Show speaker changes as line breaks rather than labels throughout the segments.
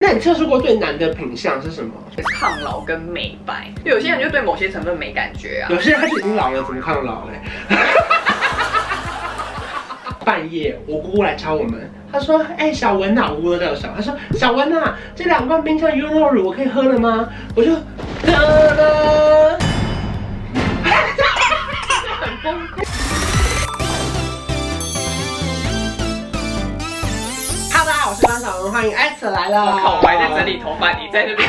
那你测试过最难的品相是什么？
抗老跟美白，因为有些人就对某些成分没感觉 啊。
有些人他就已经老了，怎么抗老嘞？ 半夜，我姑姑来敲我门，她说：“哎、小文呐、我姑姑都叫我小文，她说：“小文呐、这两罐冰箱优酪乳我可以喝了吗？”我就，哒哒。哈喽，大家好，我是张小文，欢迎艾斯来了。
我靠，我还在整理头发，你在那边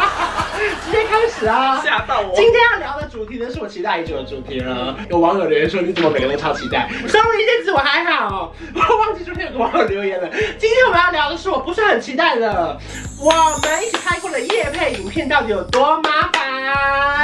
直接开始啊！
吓到我
今。天要聊的主题呢，是我期待已久的主题了。有网友留言说：“你怎么每个都超期待？”Sorry，这
嗯
次我还好，我忘记昨天有个网友留言了。今天我们要聊的是我不是很期待的，我们一起拍过的夜配影片到底有多麻烦？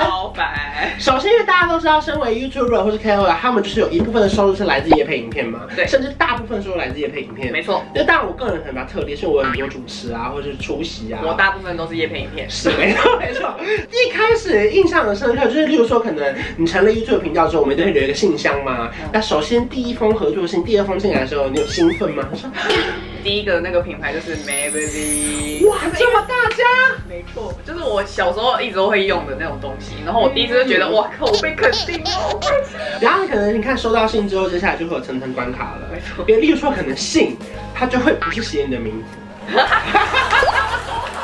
老板，
首先，因为大家都知道，身为 YouTuber 或是 KOL，他们就是有一部分的收入是来自夜配影片嘛，
对
甚至大部分收入来自夜配影片。
没错，
那当然，我个人很比较特别，是我有很多主持啊，或者是出席啊，
我大部分都是叶片影片。
是没错没错。一开始印象很深刻，就是例如说，可能你成了 YouTube 频道之后，我们都会留一个信箱嘛。那首先第一封合作信，第二封信来的时候，你有兴奋吗？他说
第一个那个品牌就是 Maybelline。
哇，这么大家，
没错，就是我小时候一直都会用的那种东西。然后我第一次就觉得，
嗯
哇靠，我被肯定了。
然后可能你看收到信之后，接下来就会有层层关卡了。
没错
因为例如说，可能信它就会不是写你的名字。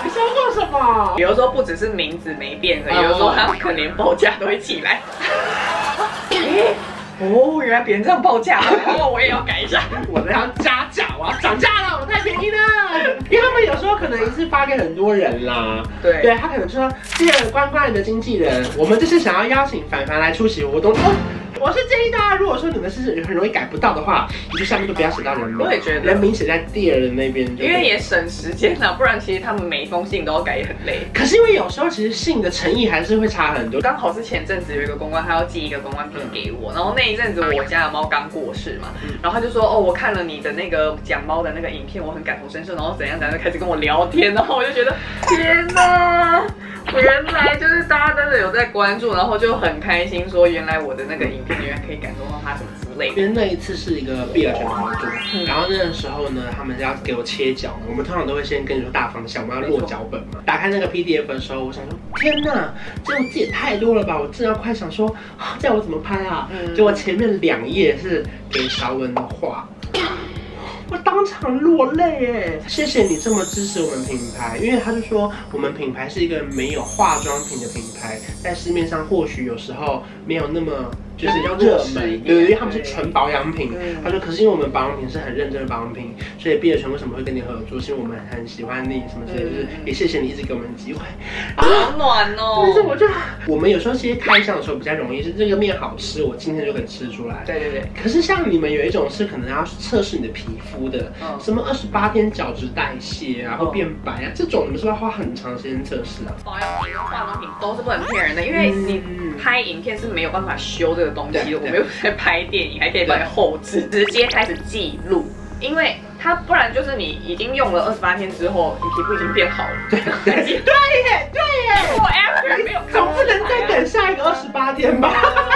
你收过什么？
有的时候不只是名字没变的，有的时候他们可能连报价都会起来。诶 哦，原来别人这样报价，哦， 我也要改一下。
我们要加价，我要涨价了，我太便宜了。因为他们有时候可能一次发给很多人啦，
对
对他可能说，这个关关的经纪人，我们这次想要邀请凡凡来出席活动。哦我是建议大家，如果说你们是很容易改不到的话，你就下面就不要写到人名，
我也觉得
人名写在第二人那边，
因为。也省时间啊啦、不然其实他们每一封信都要改，也很累。
可是因为有时候其实信的诚意还是会差很多
我，刚好是前阵子有一个公关，他要寄一个公关品给我，然后那一阵子我家的猫刚过世嘛
嗯，
然后他就说哦，我看了你的那个讲猫的那个影片，我很感同身受，然后怎样怎样，就开始跟我聊天，然后我就觉得天哪，原来就是大家真的有在关注，然后就很开心，说原来我的那个影片原来可以感动到他什么之类的。
因为那一次是一个闭了全的合作，
嗯
然后那个时候呢，他们要给我切角，我们通常都会先跟你说大方向，我们要落脚本嘛。打开那个 PDF 的时候，我想说，天哪，这我字也太多了吧！我正要快想说，啊这样我怎么拍啊？
嗯
结果前面两页是给小文的画。我当场落泪哎！谢谢你这么支持我们品牌，因为他就说我们品牌是一个没有化妆品的品牌，在市面上或许有时候没有那么就是要热门，对，因为他们是纯保养品。他说，可是因为我们保养品是很认真的保养品，所以毕业泉为什么会跟你合作，是因为我们很喜欢你什么之类的，就是也谢谢你一直给我们机会。
好暖哦
但！是 我就我们有时候其实开箱的时候比较容易是这个面好吃，我今天就可以吃出来。
对对对，
可是像你们有一种是可能要测试你的皮肤的，
嗯
什么二十八天角质代谢啊，会变白啊，这种你们是不是要花很长时间测试啊？
保养品跟化妆品都是不能骗人的，因为你
嗯
拍影片是没有办法修这个东西
对
的，我们又不是在拍电影，还可以拍后置，直接开始记录，因为它不然就是你已经用了二十八天之后，你皮肤已经变好了，对
对耶，对
，forever 没有嗯
耶，，总不能再等下一个二十八天吧？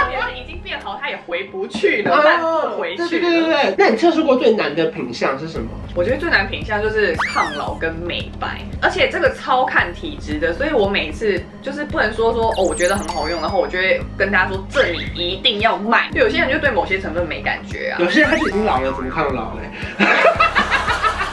对，已经变好，它也回不去了，它也不回
啊对
去
对对对
了。
对。那你测试过最难的品相是什么？
我觉得最难品相就是抗老跟美白，而且这个超看体质的，所以我每次就是不能说说哦，我觉得很好用，然后我就会跟大家说这你一定要买。就有些人就对某些成分没感觉 啊，
有些人他就已经老了，怎么抗老嘞？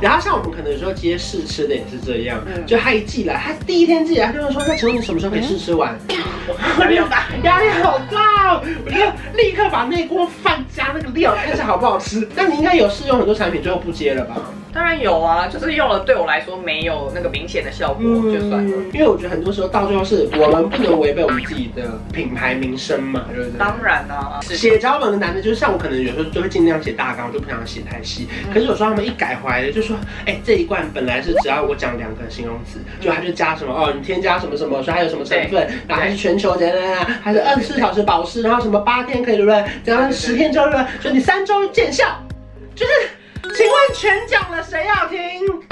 然后像我们可能有时候接试吃的也是这样，
嗯
就他一寄来，他第一天寄来，他就会说：“那请问你什么时候可以试吃完？”
我没有啊打。
压力好大哦！我就立刻把那锅饭加那个料，看一下好不好吃。那你应该有试用很多产品，最后不接了吧？
当然有啊，就是用了对我来说没有那个明显的效果就算了。
因为我觉得很多时候到最后是我们不能违背我们自己的品牌名声嘛，对不对？
当然啊，是
写脚本的男的，就是像我可能有时候就会尽量写大纲，我就不想写太细。可是有时候他们一改回来的，就说，哎、这一罐本来是只要我讲两个形容词，就他就加什么哦，你添加什么什么，说它有什么成分，然后还是全球怎样怎样，还是二十四小时保湿，然后什么八天可以对不对？怎样十天之后对不对？就你三周见效，就是。请问全讲了谁要听？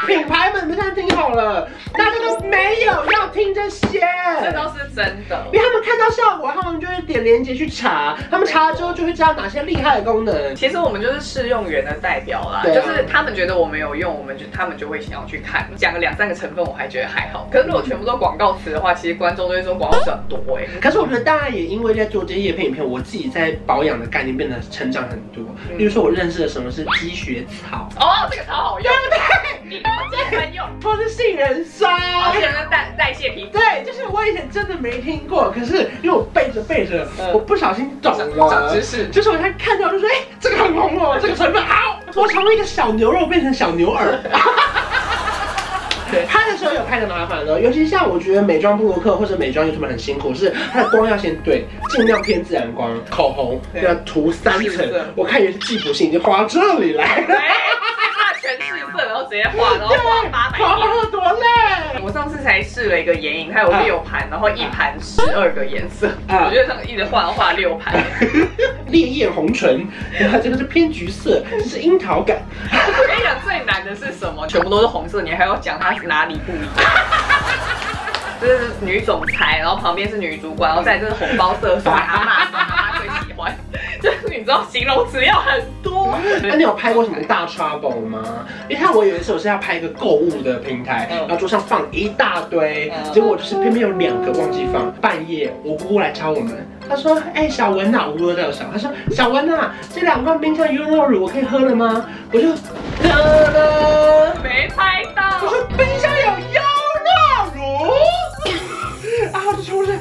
品牌们，你们现在听好了，那这个每没有要听这些。
这都是真的。
因为他们看到效果，他们就会点链接去查，他们查了之后就会知道哪些厉害的功能。
其实我们就是试用员的代表啦，
对啊
就是他们觉得我们有用，我们就他们就会想要去看。讲个两三个成分，我还觉得还好。可是如果全部都广告词的话，其实观众都会说广告词很多哎、
可是我觉得，当然也因为在做这些叶片影片，我自己在保养的概念变得成长很多。
嗯
比如说，我认识了什么是积雪草，
哦，这个超好用，对不对？你 真很哦用，
或是杏仁酸。
而且能代代谢皮肤。
对，就是我以前真的没听过，可是因为我背着背着，
嗯
我不小心懂
长
了
知。识，
就是我现在看到就说，哎、这个很红哦，这个成分好。我从一个小牛肉变成小牛耳。
对，
拍的时候有拍的麻烦的，尤其像我觉得美妆布洛克或者美妆 YouTube 很辛苦，是它的光要先对，尽量偏自然光，口红
对
要涂三
是
层
的。
我看有些记不信，已经画到这里来了。
哎，画全是色，然后直接画，然后
对
画八，百
口
页。
红有多累？
我上次才试了一个眼影，它有六盘，然后一盘十二个颜色，
啊
我觉得上一直画画六盘。
烈焰红唇，然后这个是偏橘色，这是樱桃感。
我跟你讲，最难的是什么？全部都是红色，你还要讲它哪里不一样。 这是女总裁，然后旁边是女主管，然后再来就是红包色素，阿妈说阿妈最喜欢， 就是你知道形容词要很多。
那、你有拍过什么大 trouble 吗？因为像我有一次我是要拍一个购物的平台，
嗯
然后桌上放一大堆，
嗯
结果我就是偏偏有两个忘记放。半夜我姑姑来敲我门，她说：“哎、小文呐、啊，我姑姑叫我小，她说小文呐、啊，这两罐冰箱优酪乳我可以喝了吗？”我就，呃，
没拍到
我，说冰箱有优酪乳， 然后就冲出去。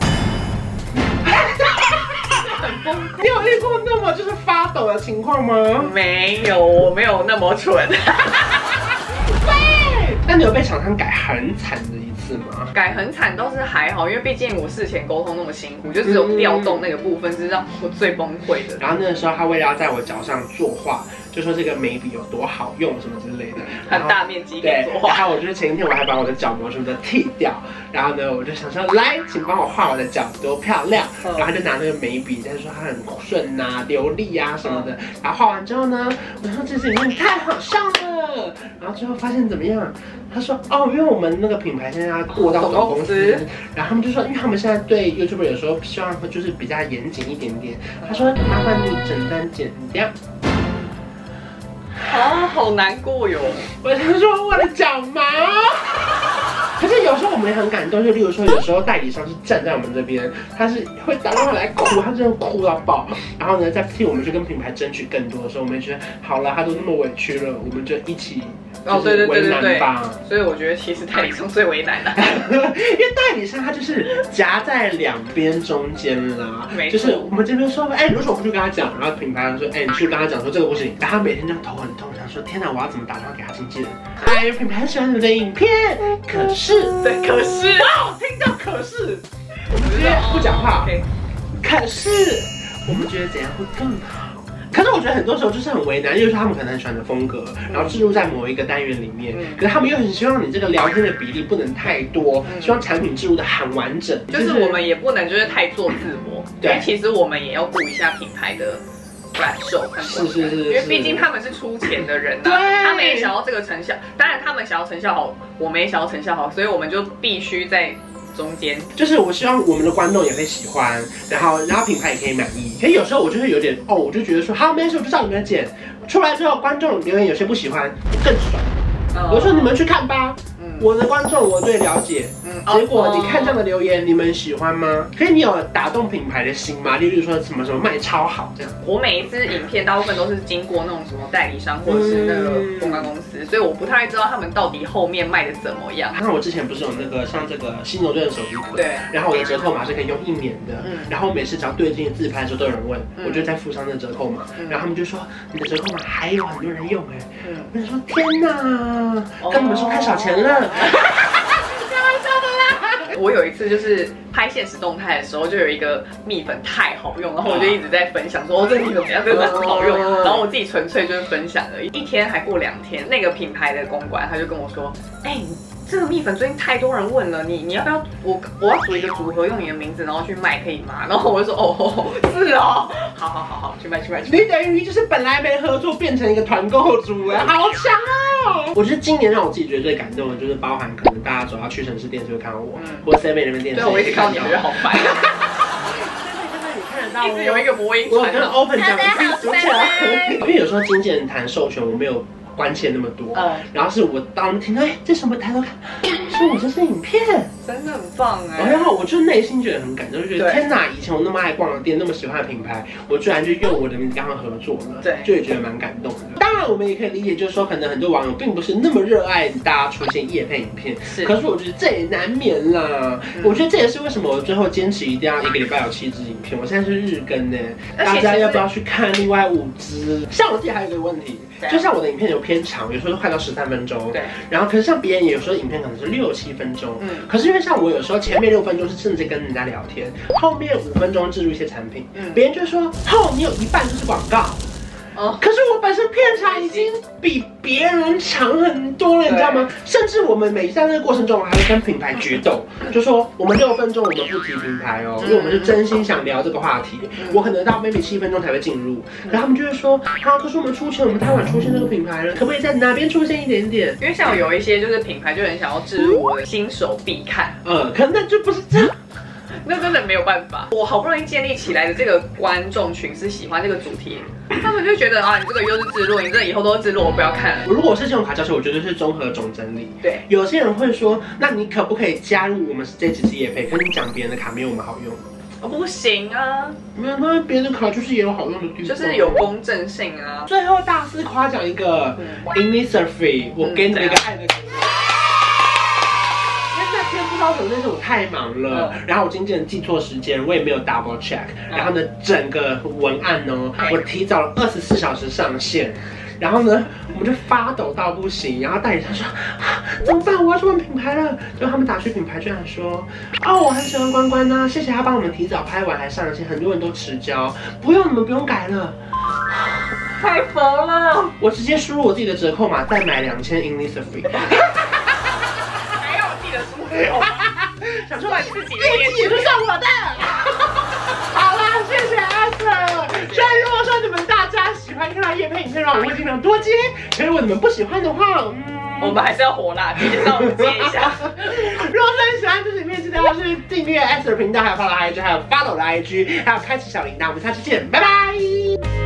很崩。
你有遇过那么就是发抖的情况吗？
没有，我没有那么蠢。
那你有被厂商改很惨的一次吗？
改很惨倒是还好，因为毕竟我事前沟通那么辛苦，就只有调动那个部分是让我最崩溃的。
然后那个时候他为了要在我脚上作画，就说这个眉笔有多好用什么之类的，然后。
很大面积
对
给作，画，
然后我就是前一天我还把我的角膜什么的剃掉，然后呢，我就想说，来，请帮我画我的角多漂亮。
嗯
然后他就拿那个眉笔，他就说它很顺呐、流利啊什么的。然后画完之后呢，我说这支影片太好笑了。然后最后发现怎么样？他说哦，因为我们那个品牌现在要过到总公司
总公司，
然后他们就说，因为他们现在对 YouTuber 有时候希望就是比较严谨一点点。他说麻烦你整单剪掉。
啊，好难过哟。
我就说我的脚毛。可是有时候我们也很感动，就例如说，有时候代理商是站在我们这边，他是会打电话来哭，他真的哭到爆。然后呢，再替我们去跟品牌争取更多的时候，我们也觉得好了，他都那么委屈了，我们就一起
哦
就
对
是
对对
为
对对
难吧。
所以我觉得其实代理商最为难啊了、
因为代理商他就是夹在两边中间啦
没，错
就是我们这边说，哎、你为什么不去跟他讲？然后品牌说，哎、你去跟他讲说这个不行。然后他每天这样头很痛，想说天哪，我要怎么打电话给他经纪 人？哎，品牌喜欢你们的影片，可是
对，可是
哦，听到可是，我们直接不讲话。
哦 OK，
可是我们觉得怎样会更好？可是我觉得很多时候就是很为难，就是他们可能很喜欢的风格，然后置入在某一个单元里面
嗯，
可是他们又很希望你这个聊天的比例不能太多，
嗯
希望产品置入的很完整。
就是我们也不能就是太做自我，因
对
为其实我们也要顾一下品牌的感受跟观
是
感。
是是是
因为毕竟他们是出钱的人、啊，
对
他们也想要这个成效。当然，他们想要成效好，我们也想要成效好，所以我们就必须在中间。
就是我希望我们的观众也会喜欢，然后然后品牌也可以满意。可是有时候我就会有点哦，我就觉得说好没事，我就照你们的剪。出来之后，观众留言有些不喜欢，更爽。
呃
我说你，们去看吧，
嗯
我的观众我最了解，
嗯
结果你看这样的留言，你们喜欢吗？可以，你有打动品牌的心吗？例如说什么什么卖超好这样，
我每一支影片大部分都是经过那种什么代理商或者是那
嗯
个公关公司，所以我不太知道他们到底后面卖的怎么样。
然后我之前不是有那个像这个犀牛盾的手机壳，
对，
然后我的折扣码是可以用一年的，
嗯
然后每次只要对镜自拍的时候都有人问，
嗯
我就再附上那个折扣码，
嗯
然后他们就说你的折扣码还有很多人用哎、
嗯，
我想说天哪，
哦
跟你们说太少钱了，
我有一次就是拍现实动态的时候，就有一个蜜粉太好用，然后我就一直在分享说，哦，这蜜粉怎样，这个很 好用。
哦
然后我自己纯粹就是分享而已，一天还过两天，那个品牌的公关他就跟我说，哎、你这个蜜粉最近太多人问了，你你要不要我我要组一个组合，用你的名字然后去卖可以吗？然后我就说哦哦是哦，好好好好去卖去卖
欸
去卖。嗯
你等于就是本来没合作变成一个团购主哎、好强啊！哦！我觉得今年让我自己觉得最感动的，就是包含可能大家走到屈臣氏店就会看到我，
嗯
或 Seven 那边店，
对，我一直 看到你，我觉得好烦，
你看得到
一直有一
个。
个魔音
我
传
跟
到。
Open 讲，
大家好
我自己组
拜
来，因为有时候经纪人谈授权，我没有关切那么多。
嗯，
然后是我当听到，哎，这什么抬头 看，是我这是影片，
真的很棒哎
然！后我就内心觉得很感动，就觉得
对
天哪，以前我那么爱逛的店，那么喜欢的品牌，我居然就用我的名字跟他们合作了，
对
就也觉得蛮感动的。当然，我们也可以理解，就是说可能很多网友并不是那么热爱大家出现夜配影片，
是
可是我觉得这也难免啦。
嗯
我觉得这也是为什么我最后坚持一定要一个礼拜有七支影片，我现在是日更呢、
而且
大
其实
家要不要去看另外五支？像我自己还有一个问题
对，啊
就像我的影片有偏长，有时候都快到十三分钟，
对，
然后可是像别人有时候影片可能是六七分钟，
嗯
可是因为像我有时候前面六分钟是甚至跟人家聊天，后面五分钟置入一些产品，
嗯，
别人就说哦你有一半就是广告，
哦，
可是我本身片长已经比别人长很多了，你知道吗？甚至我们每在这个过程中还会跟品牌决斗，就说我们六分钟我们不提品牌哦，因为我们是真心想聊这个话题。我可能到 maybe 七分钟才会进入，然后他们就会说啊，可是我们出钱，我们太晚出现这个品牌了，可不可以在哪边出现一点点？
因为像有一些就是品牌就很想要置入我的新手必看，
呃，可能那就不是这样。
那真的没有办法。我好不容易建立起来的这个观众群是喜欢这个主题，他们就觉得啊，你这个又是自录，你这以后都是自录，我不要看了。
如果是信用卡教学，我觉得是综合总整理。
对，
有些人会说，那你可不可以加入我们这几次业配？可是你讲别人的卡没有我们好用，
哦不行啊，
没有，那别人的卡就是也有好用的地方，
就是有公正性啊。
最后大师夸奖一个
嗯
Innisfree，我给你们一个
嗯
爱的鼓励。因为那天不知道怎么那天我太忙了，然后我经纪人记错时间，我也没有 double check，
嗯
然后呢，整个文案哦，
嗯
我提早了二十四小时上线，然后呢，我们就发抖到不行，然后代理商说、啊、怎么办，我要去问品牌了，结果他们打去品牌居然说，哦，我很喜欢关关呐、谢谢他帮我们提早拍完还上线，很多人都迟交，不用你们不用改了。
太佛了，
我直接输入我自己的折扣码，再买两千 Innisfree。
还要记得哦输入， 想说把自己的业绩
不算我的。 好啦，谢谢阿 Sir。虽然如果说你们大家喜欢看到叶配影片的话，我会尽量多接；可是如果你们不喜欢的话，嗯，
我们还是要火辣，直接让我们接 一 下。
如果真的喜欢这支影片，记得要去订阅 S 的频道，还有 follow IG，还有 follow 我的 IG，还有开启小铃铛。我们下期见，拜拜。